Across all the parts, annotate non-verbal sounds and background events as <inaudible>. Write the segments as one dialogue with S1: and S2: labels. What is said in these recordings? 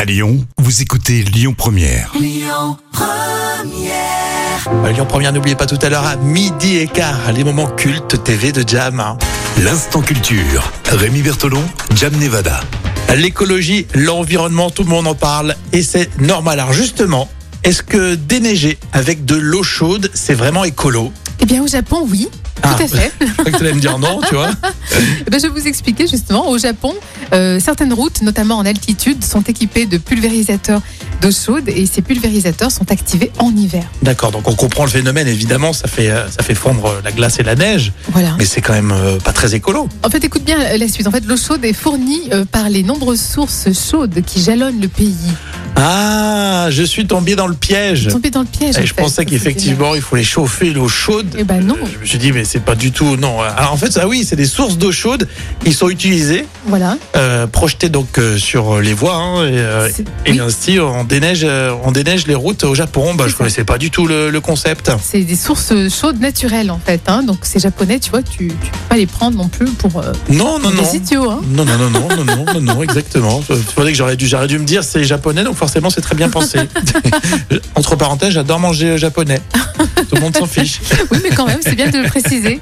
S1: À Lyon, vous écoutez Lyon Première.
S2: Euh, Lyon Première, n'oubliez pas tout à l'heure à midi et quart, les moments cultes TV de Jam. hein.
S1: L'instant culture. Rémi Bertolon, Jam Nevada.
S2: L'écologie, l'environnement, tout le monde en parle et c'est normal. Alors justement, est-ce que déneiger avec de l'eau chaude, c'est vraiment écolo
S3: Eh bien, au Japon, oui,
S2: Ah,
S3: tout à fait. <laughs>
S2: Je crois que tu allais me dire non, tu vois.
S3: Eh ben, je vais vous expliquer justement. Au Japon, euh, certaines routes, notamment en altitude, sont équipées de pulvérisateurs d'eau chaude et ces pulvérisateurs sont activés en hiver.
S2: <laughs> D'accord, donc on comprend le phénomène, évidemment, ça fait, euh, ça fait fondre euh, la glace et la neige,
S3: Voilà.
S2: mais c'est quand même euh, pas très écolo.
S3: En fait, écoute bien euh, la suite. En fait, l'eau chaude est fournie euh, par les nombreuses sources chaudes qui jalonnent le pays.
S2: Ah, je suis tombé dans le piège.
S3: Tombé dans le piège.
S2: Et
S3: en
S2: Eh, je
S3: fait.
S2: pensais qu'effectivement, il faut les chauffer, l'eau chaude.
S3: Eh ben non.
S2: Euh, Je me suis dit, mais c'est pas du tout, non. Alors, en fait, ça, oui, c'est des sources d'eau chaude qui sont utilisées,
S3: Voilà.
S2: euh, projetées donc euh, sur les voies, hein, et, euh,
S3: C'est-
S2: et
S3: oui.
S2: ainsi on déneige, euh, on déneige les routes au Japon. Bah,
S3: C'est
S2: je
S3: ça.
S2: connaissais pas du tout le, le concept.
S3: C'est des sources chaudes naturelles en fait. hein. Donc ces japonais, tu vois, tu ne peux pas les prendre non plus pour euh,
S2: Non, non, non.
S3: des idiots. hein.
S2: Non, non, non, non, non, non, non, non, exactement. Euh, C'est vrai que j'aurais dû, j'aurais dû me dire c'est japonais, donc forcément c'est très bien
S3: <laughs>
S2: pensé. Entre parenthèses, j'adore manger euh, japonais. Tout le monde s'en fiche.
S3: Oui, mais quand même, c'est bien de le préciser.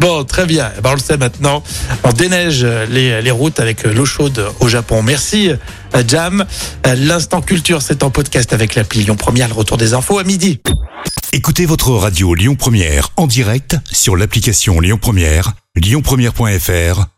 S2: Bon, très bien. Eh ben, on le sait maintenant. On déneige euh, les, les routes avec euh, l'eau chaude au Japon. Merci, euh, Jam. Euh, L'instant culture, c'est en podcast avec l'appli Lyon Première. Le retour des infos à midi.
S1: Écoutez votre radio Lyon Première en direct sur l'application Lyon Première, lyonpremière.fr